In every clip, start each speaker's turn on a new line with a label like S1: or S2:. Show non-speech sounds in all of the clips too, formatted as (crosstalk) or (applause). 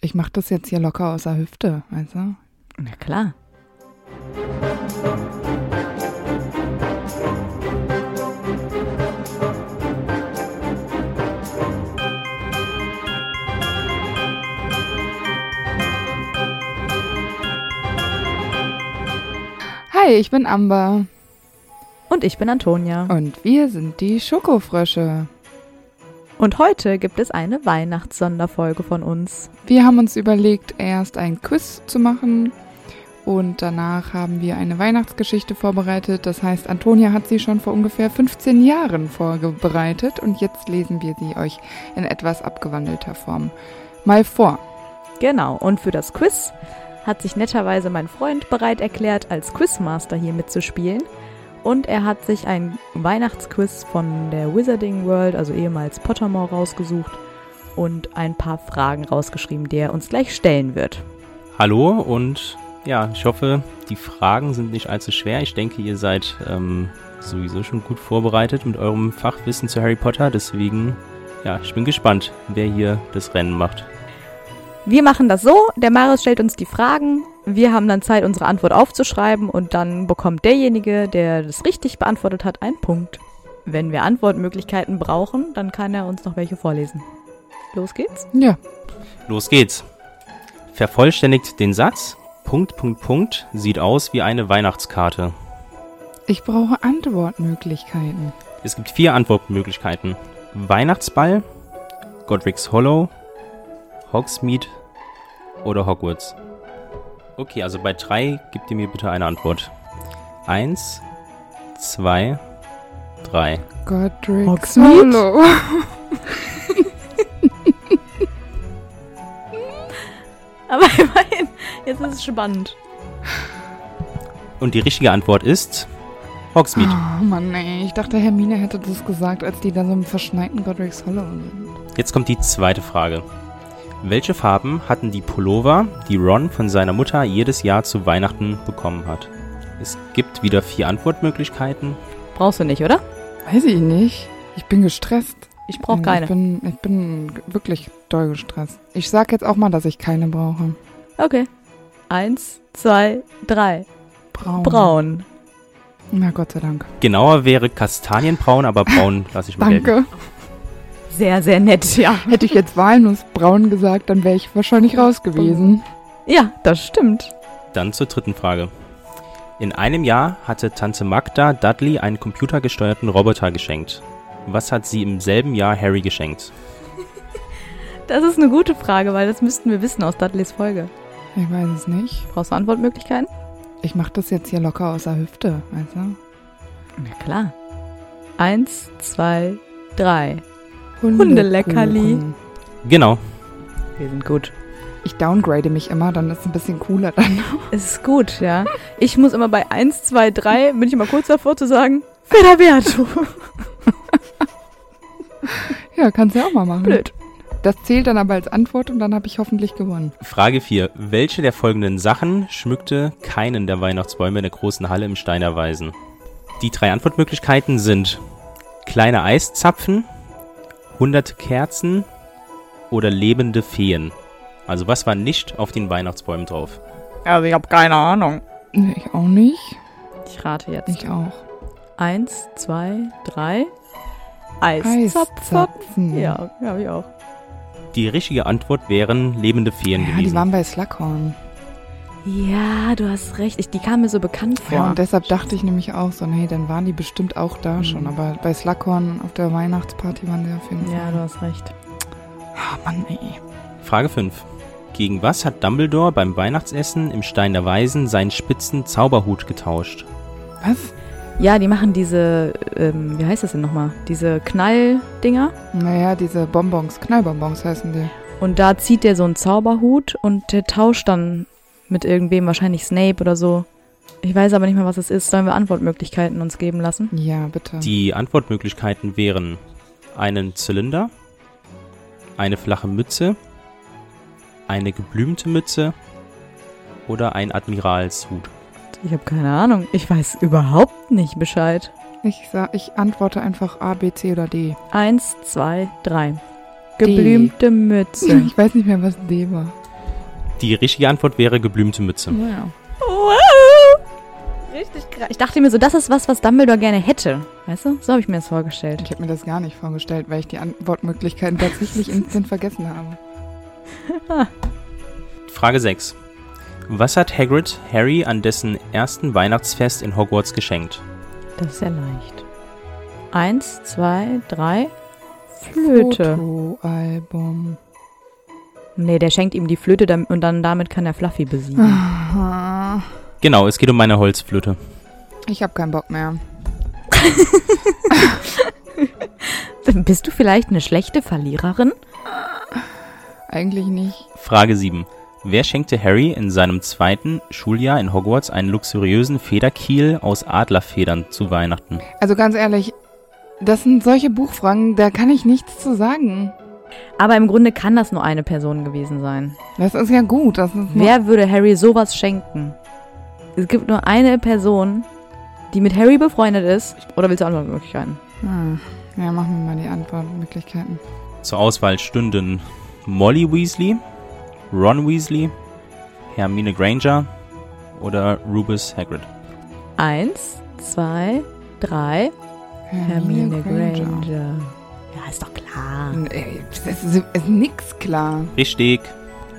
S1: ich mache das jetzt hier locker aus der Hüfte, weißt du?
S2: Na klar.
S1: Hi, ich bin Amber
S2: Und ich bin Antonia.
S1: und wir sind die Schokofrösche.
S2: Und heute gibt es eine Weihnachtssonderfolge von uns.
S1: Wir haben uns überlegt, erst ein Quiz zu machen und danach haben wir eine Weihnachtsgeschichte vorbereitet. Das heißt, Antonia hat sie schon vor ungefähr 15 Jahren vorbereitet und jetzt lesen wir sie euch in etwas abgewandelter Form mal vor.
S2: Genau, und für das Quiz hat sich netterweise mein Freund bereit erklärt, als Quizmaster hier mitzuspielen. Und er hat sich ein Weihnachtsquiz von der Wizarding World, also ehemals Pottermore, rausgesucht und ein paar Fragen rausgeschrieben, die er uns gleich stellen wird.
S3: Hallo und ja, ich hoffe, die Fragen sind nicht allzu schwer. Ich denke, ihr seid ähm, sowieso schon gut vorbereitet mit eurem Fachwissen zu Harry Potter. Deswegen, ja, ich bin gespannt, wer hier das Rennen macht.
S2: Wir machen das so, der Marius stellt uns die Fragen, wir haben dann Zeit, unsere Antwort aufzuschreiben und dann bekommt derjenige, der das richtig beantwortet hat, einen Punkt. Wenn wir Antwortmöglichkeiten brauchen, dann kann er uns noch welche vorlesen. Los geht's. (laughs)
S1: Ja,
S3: Los geht's. Vervollständigt den Satz. Punkt, Punkt, Punkt sieht aus wie eine Weihnachtskarte.
S1: ich brauche Antwortmöglichkeiten.
S3: Es gibt vier Antwortmöglichkeiten. Weihnachtsball, Godric's Hollow, Hogsmeade oder Hogwarts. Okay, also bei drei gebt ihr mir bitte eine Antwort. Eins, zwei, drei.
S1: Godric's
S2: Hogsmeade?
S1: Hollow.
S2: Aber immerhin, jetzt ist es spannend.
S3: Und die richtige Antwort ist Hogsmeade.
S1: Oh Mann, ey. Ich dachte, Hermine hätte das gesagt, als die da so im verschneiten Godric's Hollow sind.
S3: Jetzt kommt die zweite Frage. Welche Farben hatten die Pullover, die Ron von seiner Mutter jedes Jahr zu Weihnachten bekommen hat? Es gibt wieder vier Antwortmöglichkeiten.
S2: Brauchst du nicht, oder?
S1: Weiß ich nicht. Ich bin gestresst.
S2: Ich brauche
S1: Also Ich
S2: keine.
S1: bin, ich bin wirklich doll gestresst. Ich sag jetzt auch mal, dass ich keine brauche.
S2: Okay. Eins, zwei, drei.
S1: Braun.
S2: Braun.
S1: Na Gott sei Dank.
S3: Genauer wäre kastanienbraun, aber braun lasse ich mal gelten.
S1: Danke.
S2: Sehr, sehr nett, (laughs) ja.
S1: Hätte ich jetzt Walnussbraun gesagt, dann wäre ich wahrscheinlich raus gewesen.
S2: Ja, das stimmt.
S3: Dann zur dritten Frage. In einem Jahr hatte Tante Magda Dudley einen computergesteuerten Roboter geschenkt. Was hat sie im selben Jahr Harry geschenkt?
S2: Das ist eine gute Frage, weil das müssten wir wissen aus Dudleys Folge.
S1: Ich weiß es nicht.
S2: Brauchst du Antwortmöglichkeiten?
S1: Ich mache das jetzt hier locker aus der Hüfte, weißt du?
S2: Na klar. Eins, zwei, drei.
S1: Hunde-
S2: Hundeleckerli.
S1: Kuchen.
S3: Genau.
S2: Wir sind gut.
S1: Ich downgrade mich immer, dann ist es ein bisschen cooler (laughs) dann.
S2: Es ist gut, ja. Ich muss immer bei eins, zwei, drei, bin ich immer kurz davor zu sagen, Federberto. (laughs)
S1: Ja, kannst du ja auch mal machen.
S2: Blöd.
S1: Das zählt dann aber als Antwort und dann habe ich hoffentlich gewonnen.
S3: Frage 4. Welche der folgenden Sachen schmückte keinen der Weihnachtsbäume in der großen Halle im Steiner Weisen? Die drei Antwortmöglichkeiten sind kleine Eiszapfen, 100 Kerzen oder lebende Feen. Also was war nicht auf den Weihnachtsbäumen drauf?
S2: Also ich habe keine Ahnung.
S1: Nee, ich auch nicht.
S2: Ich rate jetzt.
S1: Ich auch.
S2: Eins, zwei, drei. Eiszapfer. Ja, habe ich auch.
S3: Die richtige Antwort wären lebende Feen
S1: Ja, die
S3: gewesen.
S1: waren bei Slughorn.
S2: Ja, du hast recht. Ich, die kam mir so bekannt vor.
S1: Ja, und deshalb dachte ich nämlich auch so, nee, dann waren die bestimmt auch
S2: Mhm.
S1: da schon. Aber bei Slughorn auf der Weihnachtsparty waren die auf jeden Fall.
S2: ja, du hast recht.
S1: Ah, Mann, ey.
S3: Frage 5. Gegen was hat Dumbledore beim Weihnachtsessen im Stein der Weisen seinen spitzen Zauberhut getauscht?
S1: Was?
S2: Ja, die machen diese, ähm, wie heißt das denn nochmal? Diese Knalldinger.
S1: Naja, diese Bonbons, Knallbonbons heißen die.
S2: Und da zieht der so einen Zauberhut und der tauscht dann mit irgendwem, wahrscheinlich Snape oder so. Ich weiß aber nicht mehr, was es ist. Sollen wir Antwortmöglichkeiten uns geben lassen?
S1: Ja, bitte.
S3: Die Antwortmöglichkeiten wären einen Zylinder, eine flache Mütze, eine geblümte Mütze oder ein Admiralshut.
S2: Ich habe keine Ahnung. Ich weiß überhaupt nicht Bescheid.
S1: Ich, sag, ich antworte einfach A, B, C oder
S2: (laughs)
S1: D.
S2: Eins, zwei, drei.
S1: Die.
S2: Geblümte Mütze. (laughs)
S1: Ich weiß nicht mehr, was D war.
S3: Die richtige Antwort wäre geblümte Mütze.
S1: Wow.
S2: Wow. Richtig krass. Ich dachte mir so, das ist was, was Dumbledore gerne hätte. Weißt du? So habe ich mir das vorgestellt. (laughs)
S1: Ich habe mir das gar nicht vorgestellt, weil ich die Antwortmöglichkeiten tatsächlich instant vergessen habe.
S2: Ah,
S3: Frage 6. Was hat Hagrid Harry an dessen ersten Weihnachtsfest in Hogwarts geschenkt?
S2: Das ist ja leicht. Eins, zwei, drei. Flöte.
S1: Fotoalbum.
S2: Nee, der schenkt ihm die Flöte dam- und dann damit kann er Fluffy besiegen.
S1: Ah,
S3: Genau, es geht um meine Holzflöte.
S1: Ich habe keinen Bock mehr.
S2: Dann Bist du vielleicht eine schlechte Verliererin?
S1: Eigentlich nicht.
S3: Frage 7. Wer schenkte Harry in seinem zweiten Schuljahr in Hogwarts einen luxuriösen Federkiel aus Adlerfedern zu Weihnachten?
S1: Also ganz ehrlich, das sind solche Buchfragen, da kann ich nichts zu sagen.
S2: Aber im Grunde kann das nur eine Person gewesen sein.
S1: Das ist ja gut. Das ist nur,
S2: Wer würde Harry sowas schenken? Es gibt nur eine Person, die mit Harry befreundet ist. Oder willst du Antwortmöglichkeiten?
S1: Ah, ja, machen wir mal die Antwortmöglichkeiten.
S3: Zur Auswahl stünden Molly Weasley, Ron Weasley, Hermine Granger oder Rubus Hagrid.
S2: Eins, zwei, drei. Hermine Granger. Ja, ist doch klar.
S1: Ey, Das Äh, ist, ist nix klar.
S3: Richtig.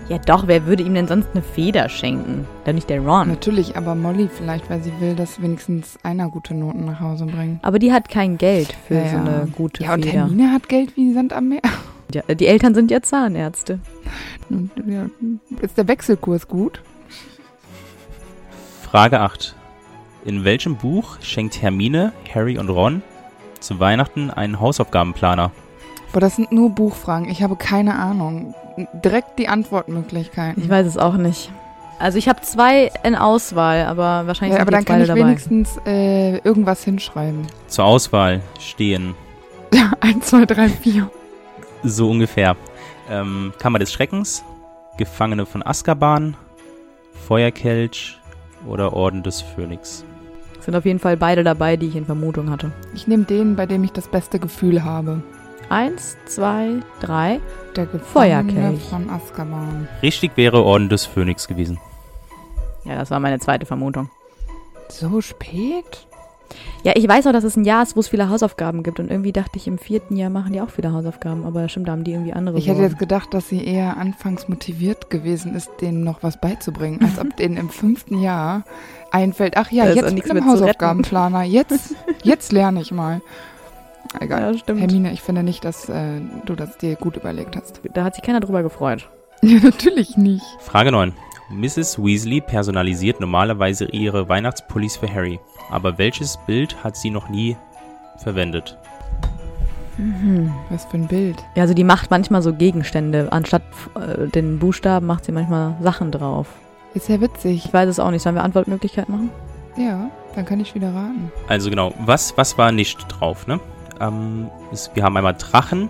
S2: Ja doch, wer würde ihm denn sonst eine Feder schenken? Dann nicht der Ron.
S1: Natürlich, aber Molly vielleicht, weil sie will, dass wenigstens einer gute Noten nach Hause bringt.
S2: Aber die hat kein Geld für
S1: Ja,
S2: so
S1: ja.
S2: eine gute
S1: Ja, und
S2: Feder.
S1: Hermine hat Geld wie Sand am Meer.
S2: Ja, die Eltern sind ja Zahnärzte.
S1: Und, ja, (laughs) Ist der Wechselkurs gut?
S3: Frage 8. In welchem Buch schenkt Hermine, Harry und Ron zu Weihnachten einen Hausaufgabenplaner?
S1: Boah, das sind nur Buchfragen. Ich habe keine Ahnung. Direkt die Antwortmöglichkeiten.
S2: Ich weiß es auch nicht. Also ich habe zwei in Auswahl, aber wahrscheinlich
S1: ja, aber
S2: sind aber
S1: dann
S2: jetzt
S1: kann
S2: beide
S1: ich
S2: dabei.
S1: wenigstens äh, irgendwas
S2: (laughs)
S1: hinschreiben.
S3: Zur Auswahl stehen
S1: Ja, 1, 2, 3, 4.
S3: so ungefähr ähm, Kammer des Schreckens, Gefangene von Azkaban, Feuerkelch oder Orden des Phönix.
S2: Sind auf jeden Fall beide dabei, die ich in Vermutung hatte.
S1: Ich nehme den, bei dem ich das beste Gefühl habe.
S2: Eins, zwei, drei.
S1: Der Gefangene
S2: Feuerkelch.
S1: von Azkaban.
S3: Richtig wäre Orden des Phönix gewesen.
S2: Ja, das war meine zweite Vermutung.
S1: So spät?
S2: Ja, ich weiß auch, dass es ein Jahr ist, wo es viele Hausaufgaben gibt. Und irgendwie dachte ich, im vierten Jahr machen die auch viele Hausaufgaben. Aber stimmt, da haben die irgendwie andere.
S1: Ich hätte
S2: Sorgen.
S1: jetzt gedacht, dass sie eher anfangs motiviert gewesen ist, denen noch was beizubringen, als
S2: (laughs)
S1: ob denen im fünften Jahr einfällt, ach ja,
S2: Da ist auch
S1: jetzt mit
S2: nichts
S1: einem
S2: mehr zu retten.
S1: Hausaufgabenplaner,
S2: (laughs)
S1: jetzt, jetzt lerne ich mal. Egal.
S2: ja, stimmt.
S1: Hermine, ich finde nicht, dass äh, du das dir gut überlegt hast. (laughs)
S2: Da hat sich keiner drüber gefreut.
S1: Ja, natürlich nicht.
S3: Frage 9. Mrs. Weasley personalisiert normalerweise ihre Weihnachtspolice für Harry. Aber welches Bild hat sie noch nie verwendet?
S1: Was für ein Bild.
S2: Mhm. Ja, also die macht manchmal so Gegenstände. Anstatt äh, den Buchstaben macht sie manchmal Sachen drauf.
S1: Ist ja witzig.
S2: Ich weiß es auch nicht. Sollen wir Antwortmöglichkeit machen?
S1: Ja, dann kann ich wieder raten.
S3: Also genau, was, was war nicht drauf, ne? Ähm, ist, wir haben einmal Drachen,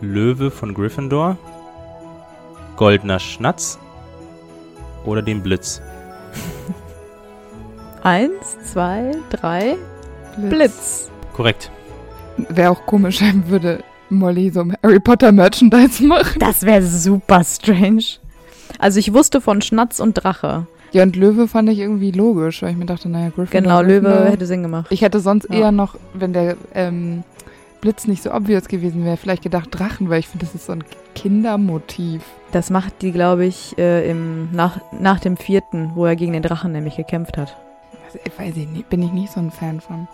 S3: Löwe von Gryffindor, Goldener Schnatz oder den Blitz.
S2: Eins, zwei, drei. Blitz.
S3: Korrekt.
S1: Wäre auch komisch, (laughs) wenn würde Molly so ein Harry Potter Merchandise machen.
S2: Das wäre super strange. Also ich wusste von Schnatz und Drache.
S1: Ja, und Löwe fand ich irgendwie logisch, weil ich mir dachte, naja, Gryffindor.
S2: Genau, Löwe
S1: Gryffindor.
S2: hätte Sinn gemacht.
S1: Ich hätte sonst
S2: Ja.
S1: eher noch, wenn der ähm, Blitz nicht so obvious gewesen wäre, vielleicht gedacht Drachen, weil ich finde, das ist so ein Kindermotiv.
S2: Das macht die, glaube ich, äh, im, nach, nach dem vierten, wo er gegen den Drachen nämlich gekämpft (laughs) hat.
S1: Also, ich weiß ich nicht, bin ich nicht so ein Fan von.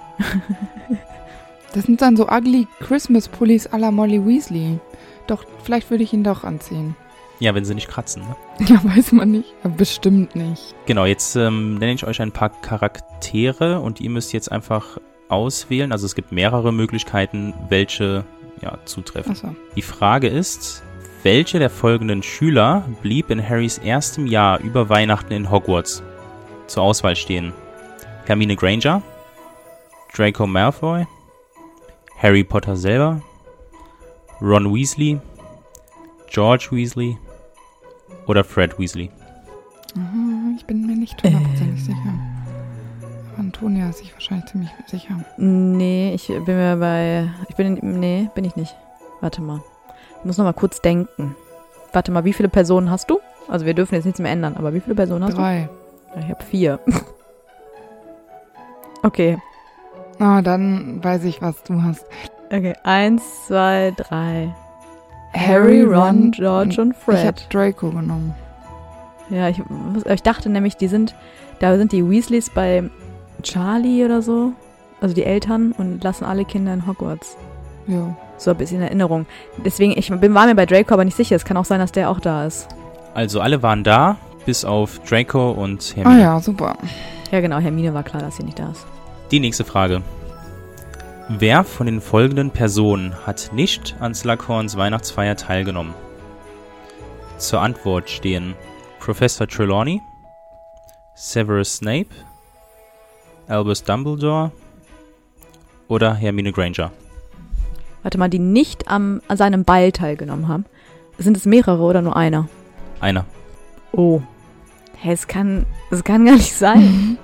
S1: das sind dann so ugly Christmas Pullis à la Molly Weasley. Doch, vielleicht würde ich ihn doch anziehen. (laughs)
S3: Ja, wenn sie nicht kratzen. Ne?
S1: Ja, weiß man nicht. Aber bestimmt nicht.
S3: Genau, jetzt ähm, nenne ich euch ein paar Charaktere und ihr müsst jetzt einfach auswählen. Also es gibt mehrere Möglichkeiten, welche ja, zutreffen.
S1: Achso.
S3: Die Frage ist, welche der folgenden Schüler blieb in Harrys erstem Jahr über Weihnachten in Hogwarts? Zur Auswahl stehen Hermine Granger, Draco Malfoy, Harry Potter selber, Ron Weasley, George Weasley oder Fred Weasley.
S1: Aha, Ich bin mir nicht hundertprozentig sicher. Aber Antonia ist sich wahrscheinlich ziemlich sicher.
S2: Nee, ich bin mir bei. Ich bin. In, nee, bin ich nicht. Warte mal. Ich muss noch mal kurz denken. Warte mal, wie viele Personen hast du? Also wir dürfen jetzt nichts mehr ändern, aber wie viele Personen hast
S1: Drei.
S2: du? Ich habe vier. (laughs) okay.
S1: Ah, dann weiß ich, was du hast.
S2: Okay. Eins, zwei, drei.
S1: Harry, Ron,
S2: George und
S1: Ich habe
S2: Fred.
S1: Draco genommen.
S2: ja, ich, muss- ich dachte nämlich, die sind, da sind die Weasleys bei Charlie oder so. Also die Eltern und lassen alle Kinder in Hogwarts.
S1: Ja.
S2: So ein bisschen in Erinnerung. Deswegen, ich bin, war mir bei Draco aber nicht sicher. Es kann auch sein, dass der auch da ist.
S3: Also alle waren da, bis auf Draco und
S1: Ah
S3: Hermine.
S1: ja, (laughs) super.
S2: Ja, genau. Hermine war klar, dass sie nicht da ist.
S3: Die nächste Frage. Wer von den folgenden Personen hat nicht an Slughorns Weihnachtsfeier teilgenommen? Zur Antwort stehen Professor Trelawney, Severus Snape, Albus Dumbledore oder Hermine Granger.
S2: Warte mal, die nicht am, an seinem Ball teilgenommen haben. Sind es mehrere oder nur einer?
S3: Einer.
S2: Oh. Hä, es kann, es kann gar
S1: (laughs)
S2: nicht sein.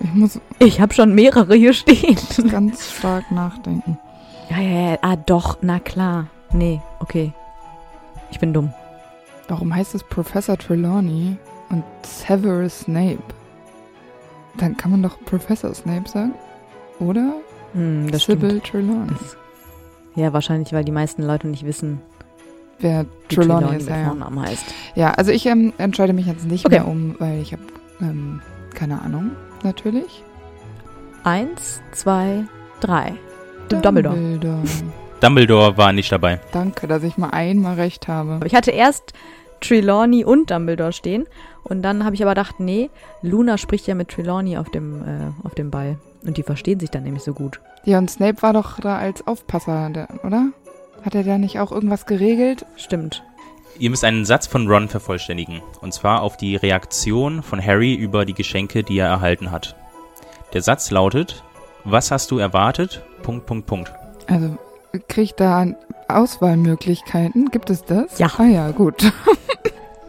S1: Ich muss (laughs)
S2: Ich habe schon mehrere hier stehen.
S1: ganz stark nachdenken.
S2: Ja, ja, ja. Ah, doch. Na klar. Nee, okay. Ich bin dumm.
S1: Warum heißt es Professor Trelawney und Severus Snape? Dann kann man doch Professor Snape sagen, oder?
S2: Hm, das stimmt. Mhm.
S1: Sybil Trelawney.
S2: Ja, wahrscheinlich, weil die meisten Leute nicht wissen,
S1: Wer
S2: wie
S1: Trelawney,
S2: Trelawney
S1: ist,
S2: mit
S1: ja, ja.
S2: Vornamen heißt.
S1: Ja, also ich ähm, entscheide mich jetzt nicht
S2: Okay.
S1: mehr um, weil ich habe ähm, keine Ahnung, natürlich.
S2: Eins, zwei, drei. Dumbledore. (laughs)
S1: Dumbledore.
S3: Dumbledore war nicht dabei.
S1: Danke, dass ich mal einmal recht habe.
S2: Ich hatte erst Trelawney und Dumbledore stehen. Und dann habe ich aber gedacht, nee, Luna spricht ja mit Trelawney auf dem, äh, auf dem Ball. Und die verstehen sich dann nämlich so gut.
S1: Ja, und Snape war doch da als Aufpasser, der- oder? Hat er da nicht auch irgendwas geregelt?
S2: Stimmt.
S3: Ihr müsst einen Satz von Ron vervollständigen. Und zwar auf die Reaktion von Harry über die Geschenke, die er erhalten hat. Der Satz lautet, was hast du erwartet? Punkt, Punkt, Punkt.
S1: Also, kriegt da Auswahlmöglichkeiten? Gibt es das?
S2: Ja.
S1: Ah ja, gut.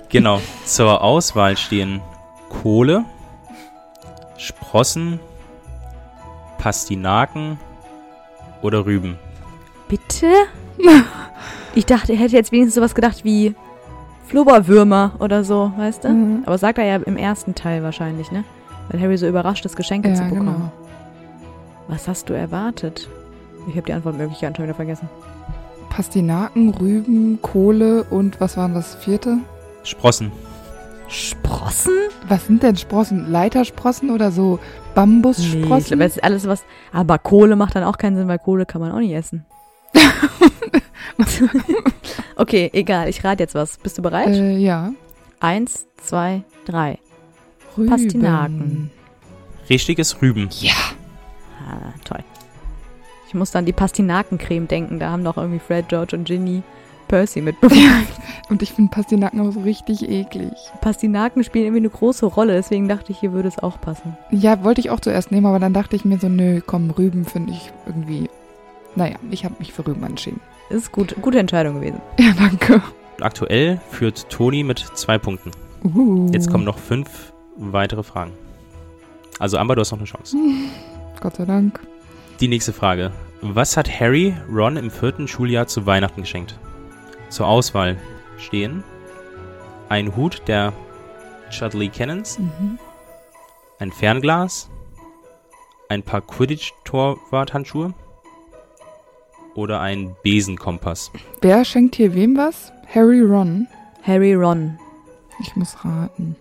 S3: Genau. Zur Auswahl stehen Kohle, Sprossen, Pastinaken oder Rüben.
S2: Bitte? (laughs) Ich dachte, er hätte jetzt wenigstens sowas gedacht wie Flubberwürmer oder so, weißt du?
S1: Mhm.
S2: Aber sagt er ja im ersten Teil wahrscheinlich, ne? Weil Harry so überrascht ist, Geschenke zu
S1: Ja,
S2: bekommen.
S1: genau.
S2: Was hast du erwartet? Ich habe die Antwortmöglichkeiten schon wieder vergessen.
S1: genau. Pastinaken, Rüben, Kohle und was war das vierte?
S3: Sprossen.
S2: Sprossen?
S1: Was sind denn Sprossen? Leitersprossen oder so
S2: Nee, ich
S1: Bambussprossen?
S2: glaube, das ist alles was. Aber Kohle macht dann auch keinen Sinn, weil Kohle kann man auch nicht (laughs) essen. okay, egal. Ich rate jetzt was. Bist du bereit?
S1: äh, ja.
S2: Eins, zwei, drei.
S1: Rüben.
S2: Pastinaken.
S3: Richtig ist Rüben.
S2: Ah, toll. Ich muss dann die Pastinakencreme denken. Da haben doch irgendwie Fred, George und Ginny Percy (laughs) mitbekommen.
S1: Und ich finde Pastinaken aber so richtig eklig.
S2: Pastinaken spielen irgendwie eine große Rolle, deswegen dachte ich, hier würde es auch passen.
S1: Ja, wollte ich auch zuerst nehmen, aber dann dachte ich mir so, nö, komm, Rüben finde ich irgendwie. Naja, ich habe mich für Rüben entschieden. (laughs)
S2: Ist gut, gute Entscheidung gewesen.
S1: Ja, danke.
S3: Aktuell führt Toni mit zwei Punkten.
S1: Uh.
S3: Jetzt kommen noch fünf weitere Fragen. Also Amber, du hast noch eine Chance.
S1: Gott sei Dank.
S3: Die nächste Frage. Was hat Harry Ron im vierten Schuljahr zu Weihnachten geschenkt? Zur Auswahl stehen ein Hut der Chudley Cannons,
S1: Mhm.
S3: ein Fernglas, ein paar Quidditch-Torwarthandschuhe oder ein Besenkompass.
S1: Wer schenkt hier wem was? Harry Ron.
S2: Harry Ron.
S1: Ich muss raten.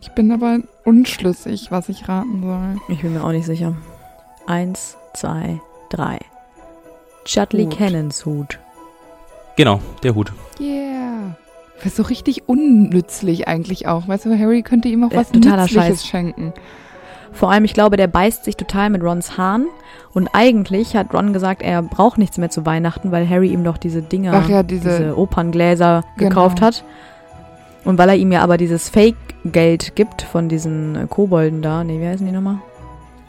S1: Ich bin aber unschlüssig, was ich raten soll.
S2: Ich bin mir auch nicht sicher. Eins, zwei, drei. Chudley
S1: Hut.
S2: Cannons Hut.
S3: Genau, der Hut.
S1: Yeah. Das ist so richtig unnützlich eigentlich auch. Weißt du, Harry könnte ihm auch
S2: Ja,
S1: was
S2: totaler
S1: Nützliches
S2: Scheiß.
S1: schenken.
S2: Vor allem, ich glaube, der beißt sich total mit Rons Haaren. Und eigentlich hat Ron gesagt, er braucht nichts mehr zu Weihnachten, weil Harry ihm doch diese Dinger,
S1: Ach ja,
S2: diese,
S1: diese,
S2: Operngläser
S1: Genau.
S2: gekauft hat. Und weil er ihm ja aber dieses Fake-Geld gibt von diesen äh, Kobolden da, nee, wie heißen die nochmal?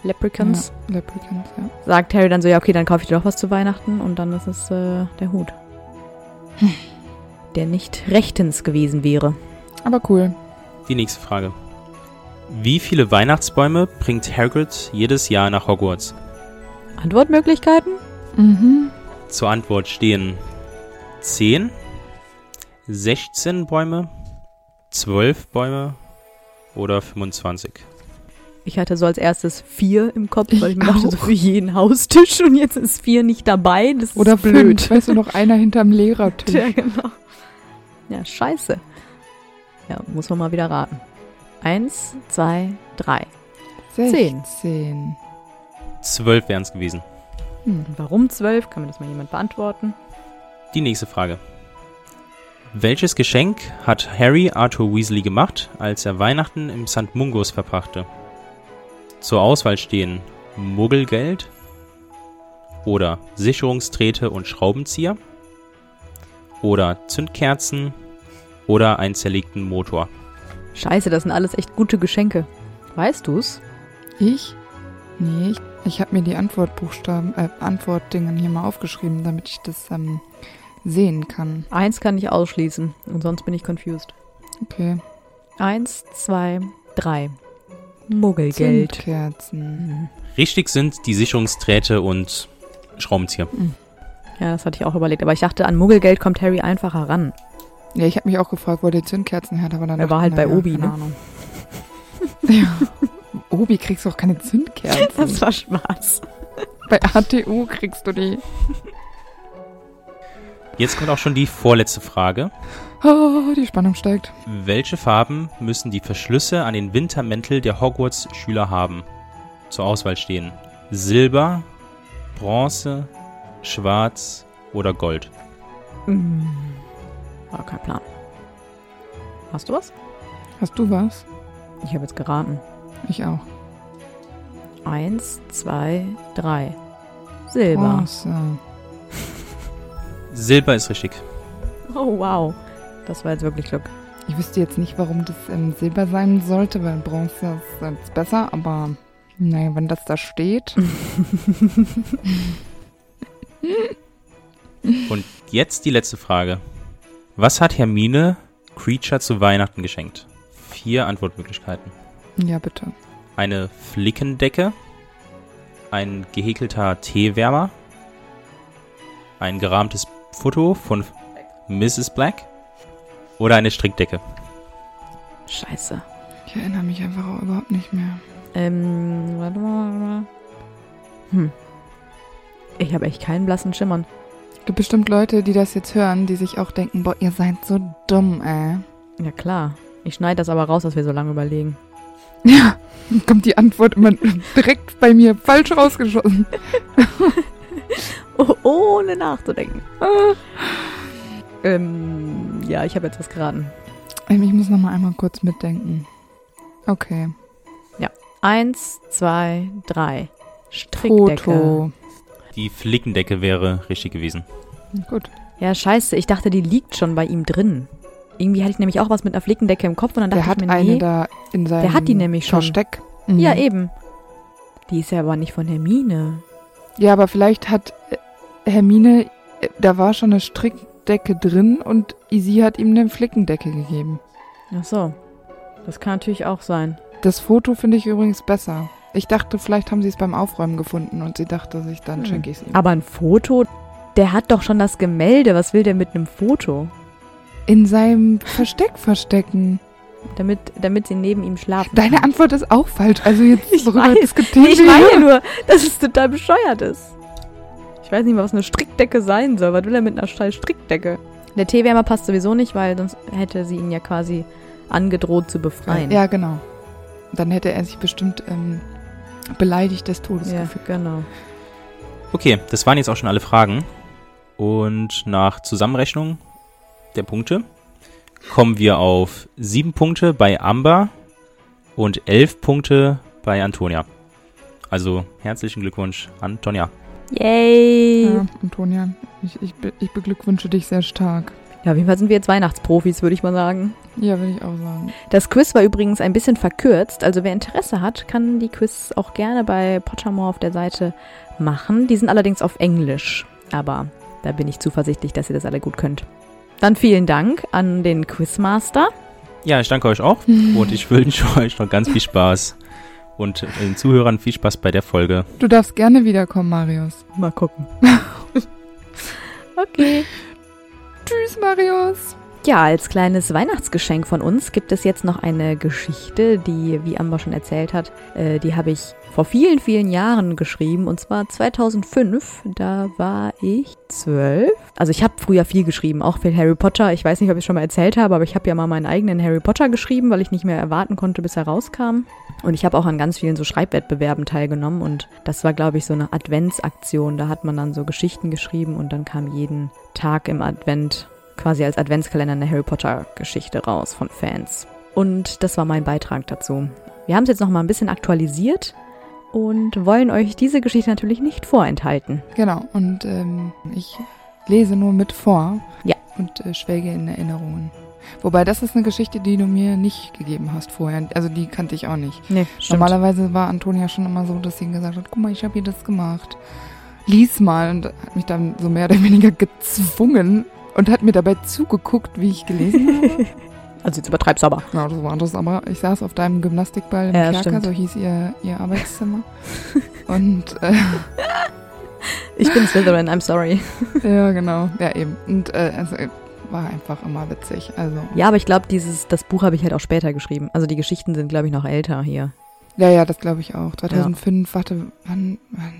S2: Leprechauns.
S1: ja, Leprechauns, ja.
S2: Sagt Harry dann so, ja, okay, dann kaufe ich dir doch was zu Weihnachten. Und dann ist es äh, der Hut.
S1: Hm.
S2: Der nicht rechtens gewesen wäre.
S1: Aber cool.
S3: Die nächste Frage. Wie viele Weihnachtsbäume bringt Hagrid jedes Jahr nach Hogwarts?
S2: Antwortmöglichkeiten?
S1: Mhm.
S3: Zur Antwort stehen 10, 16 Bäume, 12 Bäume oder 25.
S2: Ich hatte so als erstes vier im Kopf, weil
S1: Ich
S2: ich mir dachte, so
S1: auch.
S2: für jeden Haustisch und jetzt ist vier nicht dabei. Das
S1: Oder
S2: ist
S1: blöd.
S2: fünf.
S1: Weißt du, noch einer hinterm Lehrertisch.
S2: (laughs) Ja, genau. Ja, scheiße. Ja, muss man mal wieder raten. Eins, zwei, drei. Zehn.
S1: 16.
S3: 12 wären es gewesen.
S1: Hm.
S2: Und warum zwölf? Kann mir das mal jemand beantworten?
S3: Die nächste Frage. Welches Geschenk hat Harry Arthur Weasley gemacht, als er Weihnachten im St. Mungos verbrachte? Zur Auswahl stehen Muggelgeld oder Sicherungsträte und Schraubenzieher oder Zündkerzen oder einen zerlegten Motor.
S2: Scheiße, das sind alles echt gute Geschenke. Weißt du's?
S1: Ich? Nee, ich, ich habe mir die Antwortbuchstaben, äh, Antwortdingen hier mal aufgeschrieben, damit ich das ähm, sehen kann.
S2: Eins kann ich ausschließen und sonst bin ich confused.
S1: Okay.
S2: Eins, zwei, drei. Muggelgeld.
S1: Zündkerzen.
S2: Mhm.
S3: Richtig sind die Sicherungsträte und Schraubenzieher.
S2: Ja, das hatte ich auch überlegt. Aber ich dachte, an Muggelgeld kommt Harry einfacher ran.
S1: Ja, ich habe mich auch gefragt, wo der Zündkerzen her hat, aber dann.
S2: Er war
S1: dachte
S2: halt
S1: ich, na ja,
S2: bei Obi,
S1: keine
S2: ne? (laughs)
S1: Ahnung. ja. Obi kriegst du auch keine Zündkerzen.
S2: war Spaß.
S1: bei ATU kriegst du die.
S3: Jetzt kommt auch schon die vorletzte Frage.
S1: Oh, die Spannung steigt.
S3: Welche Farben müssen die Verschlüsse an den Wintermäntel der Hogwarts-Schüler haben? Zur Auswahl stehen Silber, Bronze, Schwarz oder Gold.
S2: Mhm. War kein Plan. Hast du was?
S1: Hast du was?
S2: Ich habe jetzt geraten.
S1: Ich auch.
S2: Eins, zwei, drei. Silber.
S1: Bronze.
S3: Silber ist richtig.
S2: Oh, wow. Das war jetzt wirklich Glück.
S1: Ich wüsste jetzt nicht, warum das ähm, Silber sein sollte, weil Bronze ist jetzt besser, aber naja, wenn das da steht.
S3: Und jetzt die letzte Frage. Was hat Hermine Creature zu Weihnachten geschenkt? Vier Antwortmöglichkeiten.
S2: Mhm.
S1: ja, bitte.
S3: Eine Flickendecke, ein gehäkelter Teewärmer, ein gerahmtes Foto von Mrs. Black oder eine Strickdecke.
S2: Scheiße.
S1: Ich erinnere mich einfach auch überhaupt nicht mehr.
S2: Ähm, warte mal, warte mal. Hm. Ich habe echt keinen blassen Schimmern.
S1: Es gibt bestimmt Leute, die das jetzt hören, die sich auch denken, boah, ihr seid so dumm, ey.
S2: Ja, klar. Ich schneide das aber raus, dass wir so lange überlegen.
S1: Ja, dann kommt die Antwort immer direkt bei mir falsch rausgeschossen.
S2: Oh, ohne nachzudenken. Ah. Ähm, ja, ich habe jetzt was geraten.
S1: Ähm, Ich muss noch mal einmal kurz mitdenken. Okay.
S2: Eins, zwei, drei. Strickdecke.
S1: Foto.
S3: Die Flickendecke wäre richtig gewesen.
S1: Gut.
S2: Ja, scheiße. Ich dachte, die liegt schon bei ihm drin. Irgendwie hatte ich nämlich auch was mit einer Flickendecke im Kopf und dann dachte
S1: Der hat
S2: ich mir,
S1: eine
S2: nee,
S1: da in seinem
S2: der hat die nämlich schon.
S1: Versteck. Mhm.
S2: Ja, eh. eben. Die ist ja aber nicht von Hermine.
S1: Ja, aber vielleicht hat äh, Hermine, äh, da war schon eine Strickdecke drin und Isi hat ihm eine Flickendecke gegeben.
S2: Ach so. Das kann natürlich auch sein.
S1: Das Foto finde ich übrigens besser. Ich dachte, vielleicht haben sie es beim Aufräumen gefunden und sie dachte sich, dann
S2: Mhm.
S1: schenke ich es ihm.
S2: Aber ein Foto? Der hat doch schon das Gemälde. Was will der mit einem Foto?
S1: In seinem Versteck verstecken.
S2: Damit, damit sie neben ihm schlafen.
S1: Deine Antwort ist auch falsch. Also jetzt
S2: Ich
S1: worüber
S2: weiß.
S1: diskutieren
S2: Nee, ich
S1: wir?
S2: meine ja nur, dass es total bescheuert ist. Ich weiß nicht mal, was eine Strickdecke sein soll. Was will er mit einer scheiß Strickdecke? Der Teewärmer passt sowieso nicht, weil sonst hätte sie ihn ja quasi angedroht zu befreien.
S1: Ja, genau. Dann hätte er sich bestimmt ähm, beleidigt des Todes
S2: ja
S1: gefühlt.
S2: genau.
S3: Okay, das waren jetzt auch schon alle Fragen. Und nach Zusammenrechnung der Punkte kommen wir auf sieben Punkte bei Amber und elf Punkte bei Antonia. Also herzlichen Glückwunsch, Antonia.
S2: Yay!
S1: Ja, Antonia, ich, ich, be- ich beglückwünsche dich sehr stark.
S2: Ja, auf jeden Fall sind wir jetzt Weihnachtsprofis, würde ich mal sagen.
S1: Ja, würde ich auch sagen.
S2: Das Quiz war übrigens ein bisschen verkürzt, also wer Interesse hat, kann die Quiz auch gerne bei Pottermore auf der Seite machen. Die sind allerdings auf Englisch, aber da bin ich zuversichtlich, dass ihr das alle gut könnt. Dann vielen Dank an den Quizmaster.
S3: Ja, ich danke euch auch und ich wünsche (laughs) euch noch ganz viel Spaß und den Zuhörern viel Spaß bei der Folge.
S1: Du darfst gerne wiederkommen, Marius.
S2: Mal gucken. okay.
S1: Tschüss, Marius.
S2: Ja, als kleines Weihnachtsgeschenk von uns gibt es jetzt noch eine Geschichte, die, wie Amber schon erzählt hat, äh, die habe ich vor vielen, vielen Jahren geschrieben. Und zwar 2005, da war ich zwölf. Also ich habe früher viel geschrieben, auch viel Harry Potter. Ich weiß nicht, ob ich es schon mal erzählt habe, aber ich habe ja mal meinen eigenen Harry Potter geschrieben, weil ich nicht mehr erwarten konnte, bis er rauskam. Und ich habe auch an ganz vielen so Schreibwettbewerben teilgenommen. Und das war, glaube ich, so eine Adventsaktion. Da hat man dann so Geschichten geschrieben und dann kam jeden Tag im Advent quasi als Adventskalender eine Harry Potter Geschichte raus von Fans. Und das war mein Beitrag dazu. Wir haben es jetzt noch mal ein bisschen aktualisiert und wollen euch diese Geschichte natürlich nicht vorenthalten.
S1: Genau, und ähm, ich lese nur mit vor.
S2: Ja.
S1: Und äh, schwelge in Erinnerungen. Wobei, das ist eine Geschichte, die du mir nicht gegeben hast vorher. Also die kannte ich auch nicht.
S2: Nee,
S1: Normalerweise war Antonia schon immer so, dass sie gesagt hat, guck mal, ich habe hier das gemacht. Lies mal. Und hat mich dann so mehr oder weniger gezwungen und hat mir dabei zugeguckt, wie ich gelesen habe.
S2: Also jetzt übertreib's aber. (laughs)
S1: Genau, das war anders, aber ich saß auf deinem Gymnastikball im
S2: Ja,
S1: Kerker,
S2: stimmt.
S1: so hieß ihr, ihr
S2: (laughs)
S1: Arbeitszimmer. und äh, (laughs)
S2: Ich bin Slytherin, I'm sorry.
S1: ja, genau. Ja, eben. Und äh, es äh, war einfach immer witzig. Also.
S2: Ja, aber ich glaube, dieses das Buch habe ich halt auch später geschrieben. Also die Geschichten sind glaube ich noch älter hier.
S1: Ja, ja, das glaube ich auch. 2005, warte, wann, wann,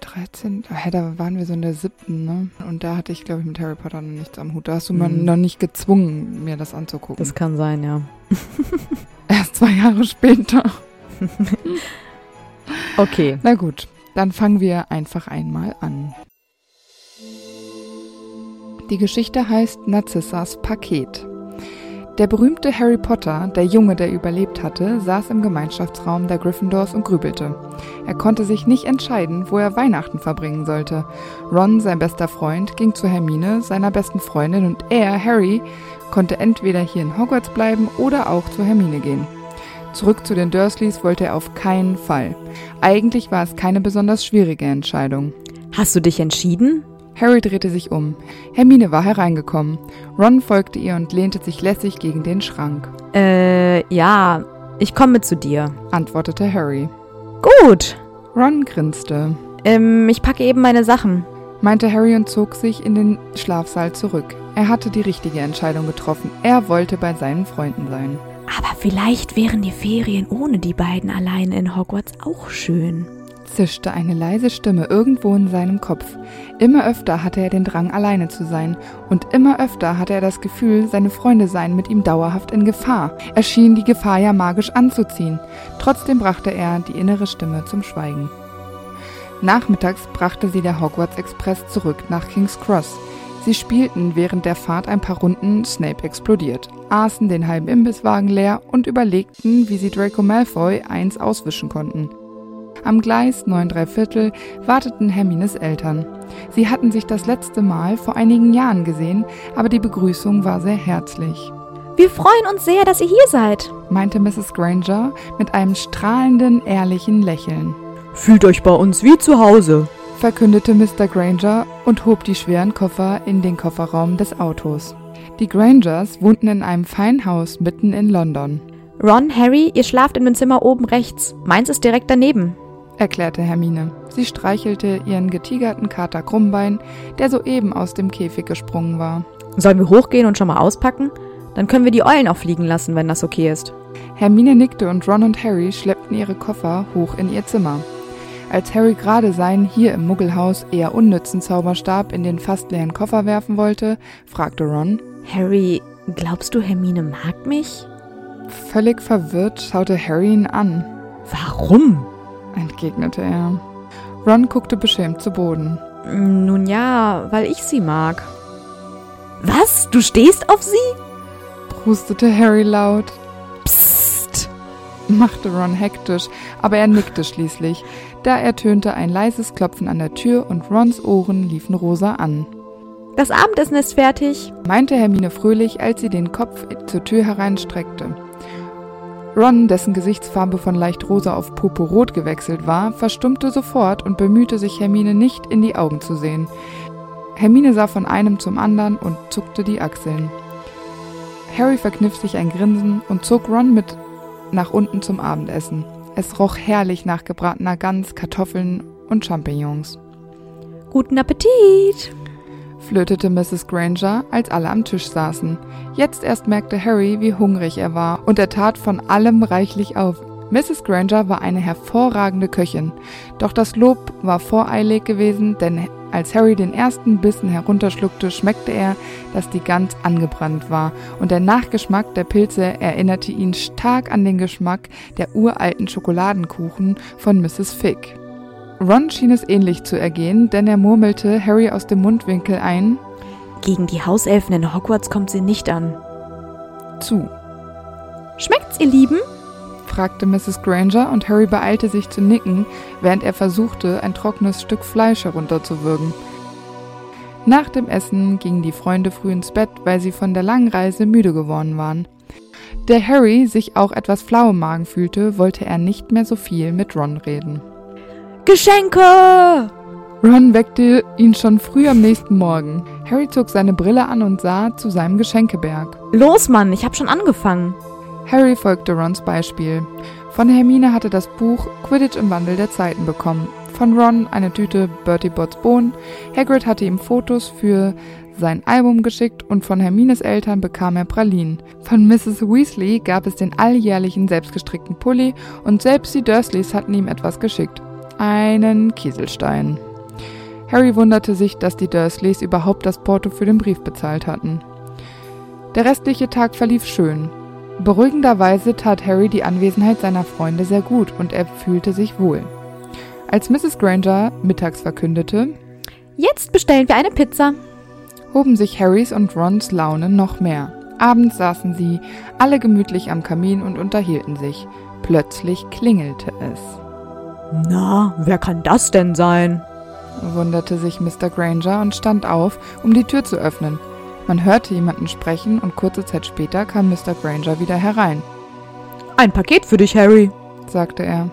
S1: 13? Hä, da waren wir so in der siebten, ne? Und da hatte ich, glaube ich, mit Harry Potter noch nichts am Hut. Da hast du mir
S2: Mhm.
S1: noch nicht gezwungen, mir das anzugucken.
S2: Das kann sein, ja.
S1: (laughs) Erst zwei Jahre später.
S2: Okay.
S1: Na gut, dann fangen wir einfach einmal an. Die Geschichte heißt Narzissas Paket. Der berühmte Harry Potter, der Junge, der überlebt hatte, saß im Gemeinschaftsraum der Gryffindors und grübelte. Er konnte sich nicht entscheiden, wo er Weihnachten verbringen sollte. Ron, sein bester Freund, ging zu Hermine, seiner besten Freundin, und er, Harry, konnte entweder hier in Hogwarts bleiben oder auch zu Hermine gehen. Zurück zu den Dursleys wollte er auf keinen Fall. Eigentlich war es keine besonders schwierige Entscheidung.
S2: Hast du dich entschieden?
S1: Harry drehte sich um. Hermine war hereingekommen. Ron folgte ihr und lehnte sich lässig gegen den Schrank,
S2: Äh ja, ich komme zu dir.
S1: antwortete Harry.
S2: Gut.
S1: Ron grinste,
S2: Ähm, ich packe eben meine Sachen.
S1: meinte Harry und zog sich in den Schlafsaal zurück. Er hatte die richtige Entscheidung getroffen. Er wollte bei seinen Freunden sein.
S2: Aber vielleicht wären die Ferien ohne die beiden alleine in Hogwarts auch schön.
S1: zischte eine leise Stimme irgendwo in seinem Kopf. Immer öfter hatte er den Drang, alleine zu sein. Und immer öfter hatte er das Gefühl, seine Freunde seien mit ihm dauerhaft in Gefahr. Er schien die Gefahr ja magisch anzuziehen. Trotzdem brachte er die innere Stimme zum Schweigen. Nachmittags brachte sie der Hogwarts Express zurück nach King's Cross. Sie spielten während der Fahrt ein paar Runden Snape explodiert, aßen den halben Imbisswagen leer und überlegten, wie sie Draco Malfoy eins auswischen konnten. Am Gleis 9,3 Viertel warteten Hermines Eltern. Sie hatten sich das letzte Mal vor einigen Jahren gesehen, aber die Begrüßung war sehr herzlich,
S4: Wir freuen uns sehr, dass ihr hier seid.
S1: meinte Mrs. Granger mit einem strahlenden, ehrlichen Lächeln.
S2: Fühlt euch bei uns wie zu Hause.
S1: verkündete Mr. Granger und hob die schweren Koffer in den Kofferraum des Autos. Die Grangers wohnten in einem Feinhaus mitten in London,
S4: Ron, Harry, ihr schlaft in dem Zimmer oben rechts. Meins ist direkt daneben.
S1: erklärte Hermine. Sie streichelte ihren getigerten Kater Krummbein, der soeben aus dem Käfig gesprungen war.
S2: Sollen wir hochgehen und schon mal auspacken? Dann können wir die Eulen auch fliegen lassen, wenn das okay ist.
S1: Hermine nickte und Ron und Harry schleppten ihre Koffer hoch in ihr Zimmer. Als Harry gerade seinen hier im Muggelhaus eher unnützen Zauberstab in den fast leeren Koffer werfen wollte, fragte Ron,
S4: Harry, glaubst du, Hermine mag mich?
S1: völlig verwirrt schaute Harry ihn an.
S2: Warum?
S1: entgegnete er. Ron guckte beschämt zu Boden.
S2: Nun ja, weil ich sie mag.
S4: Was? Du stehst auf sie?
S1: Prustete Harry laut,
S4: Psst.
S1: machte Ron hektisch, aber er nickte schließlich. Da ertönte ein leises Klopfen an der Tür und Rons Ohren liefen rosa an.
S4: Das Abendessen ist fertig.
S1: Meinte Hermine fröhlich, als sie den Kopf zur Tür hereinstreckte. Ron, dessen Gesichtsfarbe von leicht rosa auf purpurrot gewechselt war, verstummte sofort und bemühte sich, Hermine nicht in die Augen zu sehen. Hermine sah von einem zum anderen und zuckte die Achseln. Harry verkniff sich ein Grinsen und zog Ron mit nach unten zum Abendessen. Es roch herrlich nach gebratener Gans, Kartoffeln und Champignons.
S4: Guten Appetit.
S1: flötete Mrs. Granger, als alle am Tisch saßen. Jetzt erst merkte Harry, wie hungrig er war, und er tat von allem reichlich auf. Mrs. Granger war eine hervorragende Köchin, doch das Lob war voreilig gewesen, denn als Harry den ersten Bissen herunterschluckte, schmeckte er, dass die Gans angebrannt war, und der Nachgeschmack der Pilze erinnerte ihn stark an den Geschmack der uralten Schokoladenkuchen von Mrs. Fig. Ron schien es ähnlich zu ergehen, denn er murmelte Harry aus dem Mundwinkel ein
S4: Gegen die Hauselfen in Hogwarts kommt sie nicht an.
S1: zu,
S4: Schmeckt's, ihr Lieben?
S1: fragte Mrs. Granger, und Harry beeilte sich zu nicken, während er versuchte, ein trockenes Stück Fleisch herunterzuwürgen. Nach dem Essen gingen die Freunde früh ins Bett, weil sie von der langen Reise müde geworden waren. Da Harry sich auch etwas flau im Magen fühlte, wollte er nicht mehr so viel mit Ron reden.
S4: Geschenke!
S1: Ron weckte ihn schon früh am nächsten Morgen. Harry zog seine Brille an und sah zu seinem Geschenkeberg.
S4: Los, Mann, ich hab schon angefangen.
S1: Harry folgte Rons Beispiel. Von Hermine hatte das Buch Quidditch im Wandel der Zeiten bekommen. Von Ron eine Tüte Bertie Botts Bohnen. Hagrid hatte ihm Fotos für sein Album geschickt und von Hermines Eltern bekam er Pralinen. Von Mrs. Weasley gab es den alljährlichen selbstgestrickten Pulli und selbst die Dursleys hatten ihm etwas geschickt. Einen Kieselstein. Harry wunderte sich, dass die Dursleys überhaupt das Porto für den Brief bezahlt hatten. Der restliche Tag verlief schön. Beruhigenderweise tat Harry die Anwesenheit seiner Freunde sehr gut und er fühlte sich wohl. Als Mrs. Granger mittags verkündete,
S4: Jetzt bestellen wir eine Pizza.
S1: hoben sich Harrys und Rons Laune noch mehr. Abends saßen sie alle gemütlich am Kamin und unterhielten sich. Plötzlich klingelte es,
S2: Na, wer kann das denn sein?
S1: wunderte sich Mr. Granger und stand auf, um die Tür zu öffnen. Man hörte jemanden sprechen und kurze Zeit später kam Mr. Granger wieder herein,
S2: Ein Paket für dich, Harry.
S1: sagte er.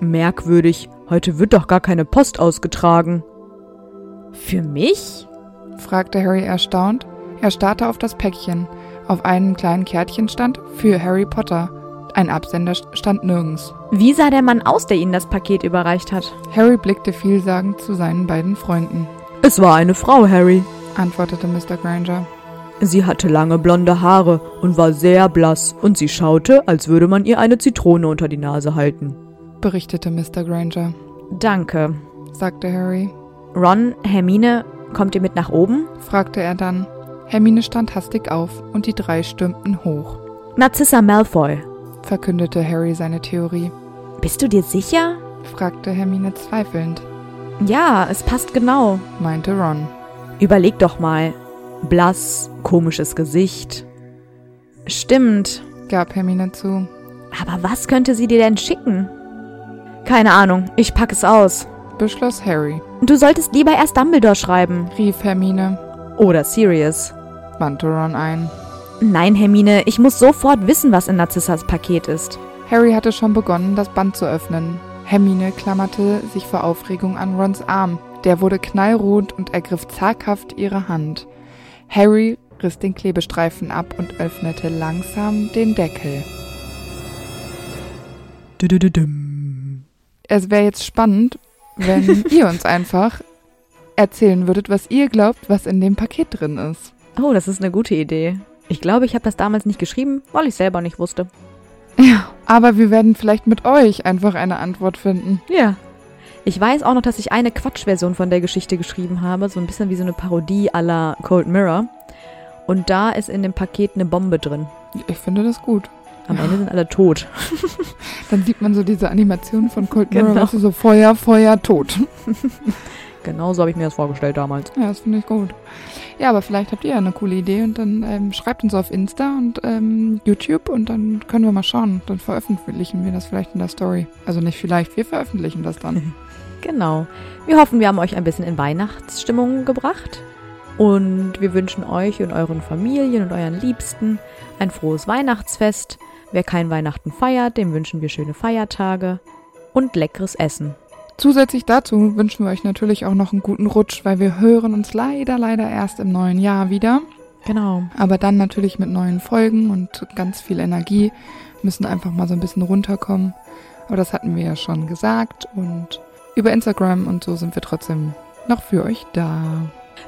S2: Merkwürdig, heute wird doch gar keine Post ausgetragen.
S4: Für mich?
S1: fragte Harry erstaunt. Er starrte auf das Päckchen. Auf einem kleinen Kärtchen stand für Harry Potter. Ein Absender st- stand nirgends.
S4: Wie sah der Mann aus, der Ihnen das Paket überreicht hat?
S1: Harry blickte vielsagend zu seinen beiden Freunden,
S2: Es war eine Frau, Harry.
S1: antwortete Mr. Granger.
S2: Sie hatte lange blonde Haare und war sehr blass und sie schaute, als würde man ihr eine Zitrone unter die Nase halten.
S1: Berichtete Mr. Granger,
S4: Danke.
S1: sagte Harry.
S4: Ron, Hermine, kommt ihr mit nach oben?
S1: Fragte er dann. Hermine stand hastig auf und die drei stürmten hoch,
S4: Narcissa Malfoy.
S1: verkündete Harry seine Theorie.
S4: Bist du dir sicher?
S1: Fragte Hermine zweifelnd,
S4: Ja, es passt genau.
S1: meinte Ron.
S2: Überleg doch mal. Blass, komisches Gesicht.
S4: Stimmt.
S1: Gab Hermine zu,
S4: Aber was könnte sie dir denn schicken? Keine Ahnung, ich pack es aus.
S1: beschloss Harry,
S4: Du solltest lieber erst Dumbledore schreiben.
S1: rief Hermine,
S2: Oder Sirius.
S1: wandte Ron ein.
S4: Nein, Hermine, ich muss sofort wissen, was in Narzissas Paket ist.
S1: Harry hatte schon begonnen, das Band zu öffnen. Hermine klammerte sich vor Aufregung an Rons Arm. Der wurde knallrot und ergriff zaghaft ihre Hand. Harry riss den Klebestreifen ab und öffnete langsam den Deckel.
S2: Düdüdüdüm.
S1: Es wäre jetzt spannend, wenn ihr uns einfach erzählen würdet, was ihr glaubt, was in dem Paket drin ist.
S2: Oh, das ist eine gute Idee. Ich glaube, ich habe das damals nicht geschrieben, weil ich selber nicht wusste.
S1: Aber wir werden vielleicht mit euch einfach eine Antwort finden.
S2: Ja. Ich weiß auch noch, dass ich eine Quatschversion von der Geschichte geschrieben habe, so ein bisschen wie so eine Parodie à la Cold Mirror. Und da ist in dem Paket eine Bombe drin.
S1: Ich finde das gut.
S2: Am Ende sind alle tot.
S1: Dann sieht man so diese Animation von Cold Mirror,
S2: Genau.
S1: weißt du, so Feuer, Feuer, tot.
S2: Genau so habe ich mir das vorgestellt damals.
S1: Ja, das finde ich gut. Ja, aber vielleicht habt ihr ja eine coole Idee und dann ähm, schreibt uns auf Insta und ähm, YouTube und dann können wir mal schauen. Dann veröffentlichen wir das vielleicht in der Story. Also nicht vielleicht, wir veröffentlichen das dann.
S2: Genau. Wir hoffen, wir haben euch ein bisschen in Weihnachtsstimmung gebracht. Und wir wünschen euch und euren Familien und euren Liebsten ein frohes Weihnachtsfest. Wer kein Weihnachten feiert, dem wünschen wir schöne Feiertage und leckeres Essen.
S1: Zusätzlich dazu wünschen wir euch natürlich auch noch einen guten Rutsch, weil wir hören uns leider, leider erst im neuen Jahr wieder.
S2: Genau.
S1: Aber dann natürlich mit neuen Folgen und ganz viel Energie. Müssen einfach mal so ein bisschen runterkommen. Aber das hatten wir ja schon gesagt und über Instagram und so sind wir trotzdem noch für euch da.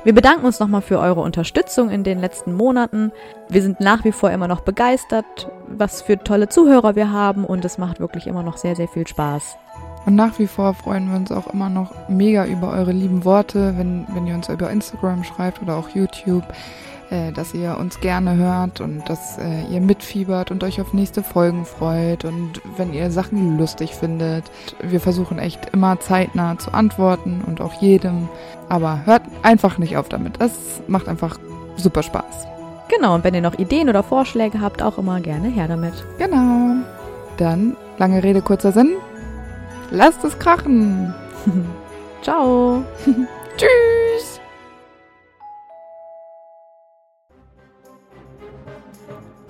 S2: Wir bedanken uns nochmal für eure Unterstützung in den letzten Monaten. Wir sind nach wie vor immer noch begeistert, was für tolle Zuhörer wir haben und es macht wirklich immer noch sehr, sehr viel Spaß.
S1: Und nach wie vor freuen wir uns auch immer noch mega über eure lieben Worte, wenn, wenn ihr uns über Instagram schreibt oder auch YouTube, äh, dass ihr uns gerne hört und dass äh, ihr mitfiebert und euch auf nächste Folgen freut und wenn ihr Sachen lustig findet. Wir versuchen echt immer zeitnah zu antworten und auch jedem. Aber hört einfach nicht auf damit. Es macht einfach super Spaß.
S2: Genau, und wenn ihr noch Ideen oder Vorschläge habt, auch immer gerne her damit. (laughs)
S1: Genau. Dann, lange Rede, kurzer Sinn. Lasst es krachen.
S2: Ciao!
S1: Tschüss.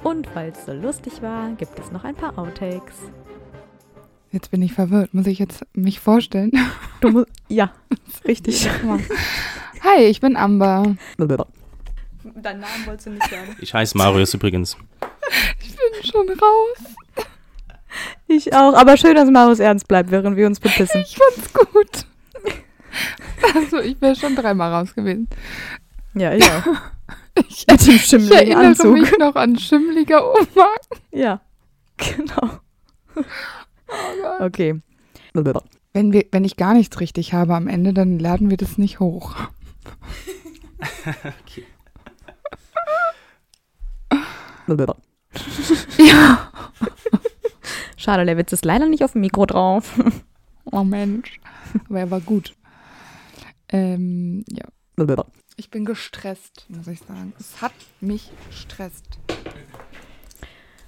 S2: Und falls es so lustig war, gibt es noch ein paar Outtakes.
S1: Jetzt bin ich verwirrt. Muss ich jetzt mich vorstellen? (laughs)
S2: Du musst, ja, richtig.
S1: Hi, ich bin Amber.
S2: Deinen Namen wolltest du nicht sagen.
S3: Ich heiße Marius übrigens.
S1: Ich bin schon raus. (laughs)
S2: Ich auch, aber schön, dass Marius ernst bleibt, während wir uns bepissen.
S1: Ich fand's gut. Also, ich wäre schon dreimal raus gewesen.
S2: Ja, ich auch.
S1: (laughs) Ich,
S2: Mit dem
S1: ich
S2: schimmeligen
S1: erinnere
S2: Anzug.
S1: mich noch an schimmeliger Oma.
S2: Ja, (laughs) genau.
S1: Oh (laughs)
S2: Okay.
S1: Wenn, wir, wenn ich gar nichts richtig habe am Ende, dann laden wir das nicht hoch.
S2: Ja. Schade, der Witz ist leider nicht auf dem Mikro drauf.
S1: Oh Mensch. Aber er war gut. Ähm, ja. Ich bin gestresst, muss ich sagen. Es hat mich gestresst.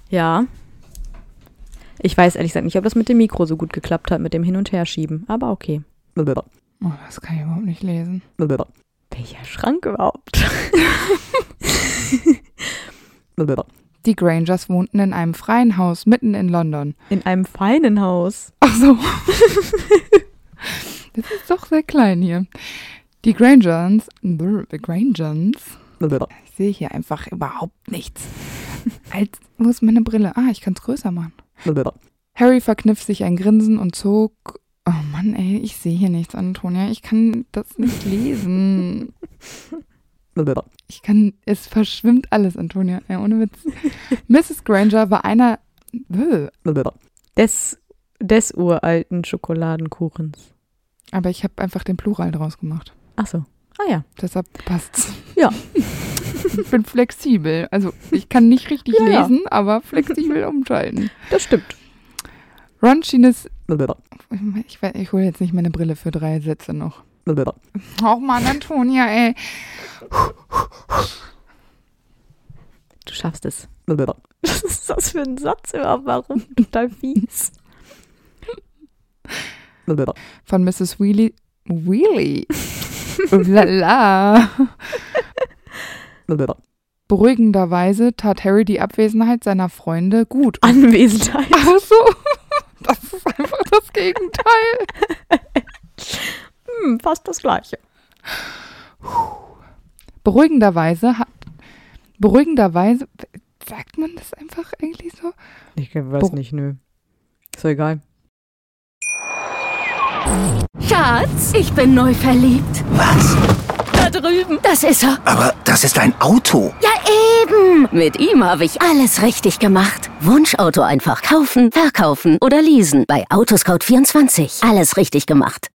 S2: Ja. Ich weiß ehrlich gesagt nicht, ob das mit dem Mikro so gut geklappt hat, mit dem Hin- und Herschieben, aber okay.
S1: Oh, das kann ich überhaupt nicht lesen.
S2: Welcher Schrank
S1: (laughs)
S2: überhaupt?
S1: Die Grangers wohnten in einem freien Haus mitten in London.
S2: In einem feinen
S1: (laughs)
S2: Haus.
S1: Ach so. das ist doch sehr klein hier. Die Grangers, brr, die Grangers, ich sehe hier einfach überhaupt nichts. (laughs) Als, wo ist meine Brille? Ah, ich kann es größer machen. Harry verkniff sich ein Grinsen und zog. Oh Mann, ey, ich sehe hier nichts, Antonia. Ich kann das nicht lesen. Ich kann, es verschwimmt alles, Antonia. Ey, ohne (laughs) Witz. Mrs. Granger war einer. Bäh.
S2: Des, des uralten Schokoladenkuchens.
S1: Aber ich habe einfach den Plural draus gemacht.
S2: Ach so. Ah ja.
S1: Deshalb passt's.
S2: Ja.
S1: Ich bin flexibel. Also ich kann nicht richtig
S2: Ja, ja.
S1: lesen, aber flexibel umschalten.
S2: Das stimmt.
S1: Ron schien es. Ich, we- ich hole jetzt nicht meine Brille für drei Sätze noch. Och Mann, Antonia, ey.
S2: Du schaffst es. Was ist das für ein Satz überhaupt? Warum? Total fies.
S1: Von Mrs. Wheelie. Wheelie. Lala. Beruhigenderweise tat Harry die Abwesenheit seiner Freunde gut.
S2: Anwesenheit.
S1: Ach so. Das ist einfach das Gegenteil.
S2: Hm, fast das Gleiche.
S1: Beruhigenderweise hat. Beruhigenderweise. Sagt man das einfach eigentlich so?
S2: Ich weiß
S1: Bo-
S2: nicht, nö. Ist doch egal.
S5: Schatz, ich bin neu verliebt.
S6: Was?
S5: Da drüben. Das ist er.
S6: Aber das ist ein Auto.
S5: Ja, eben. Mit ihm habe ich alles richtig gemacht. Wunschauto einfach kaufen, verkaufen oder leasen. Bei Autoscout24. Alles richtig gemacht.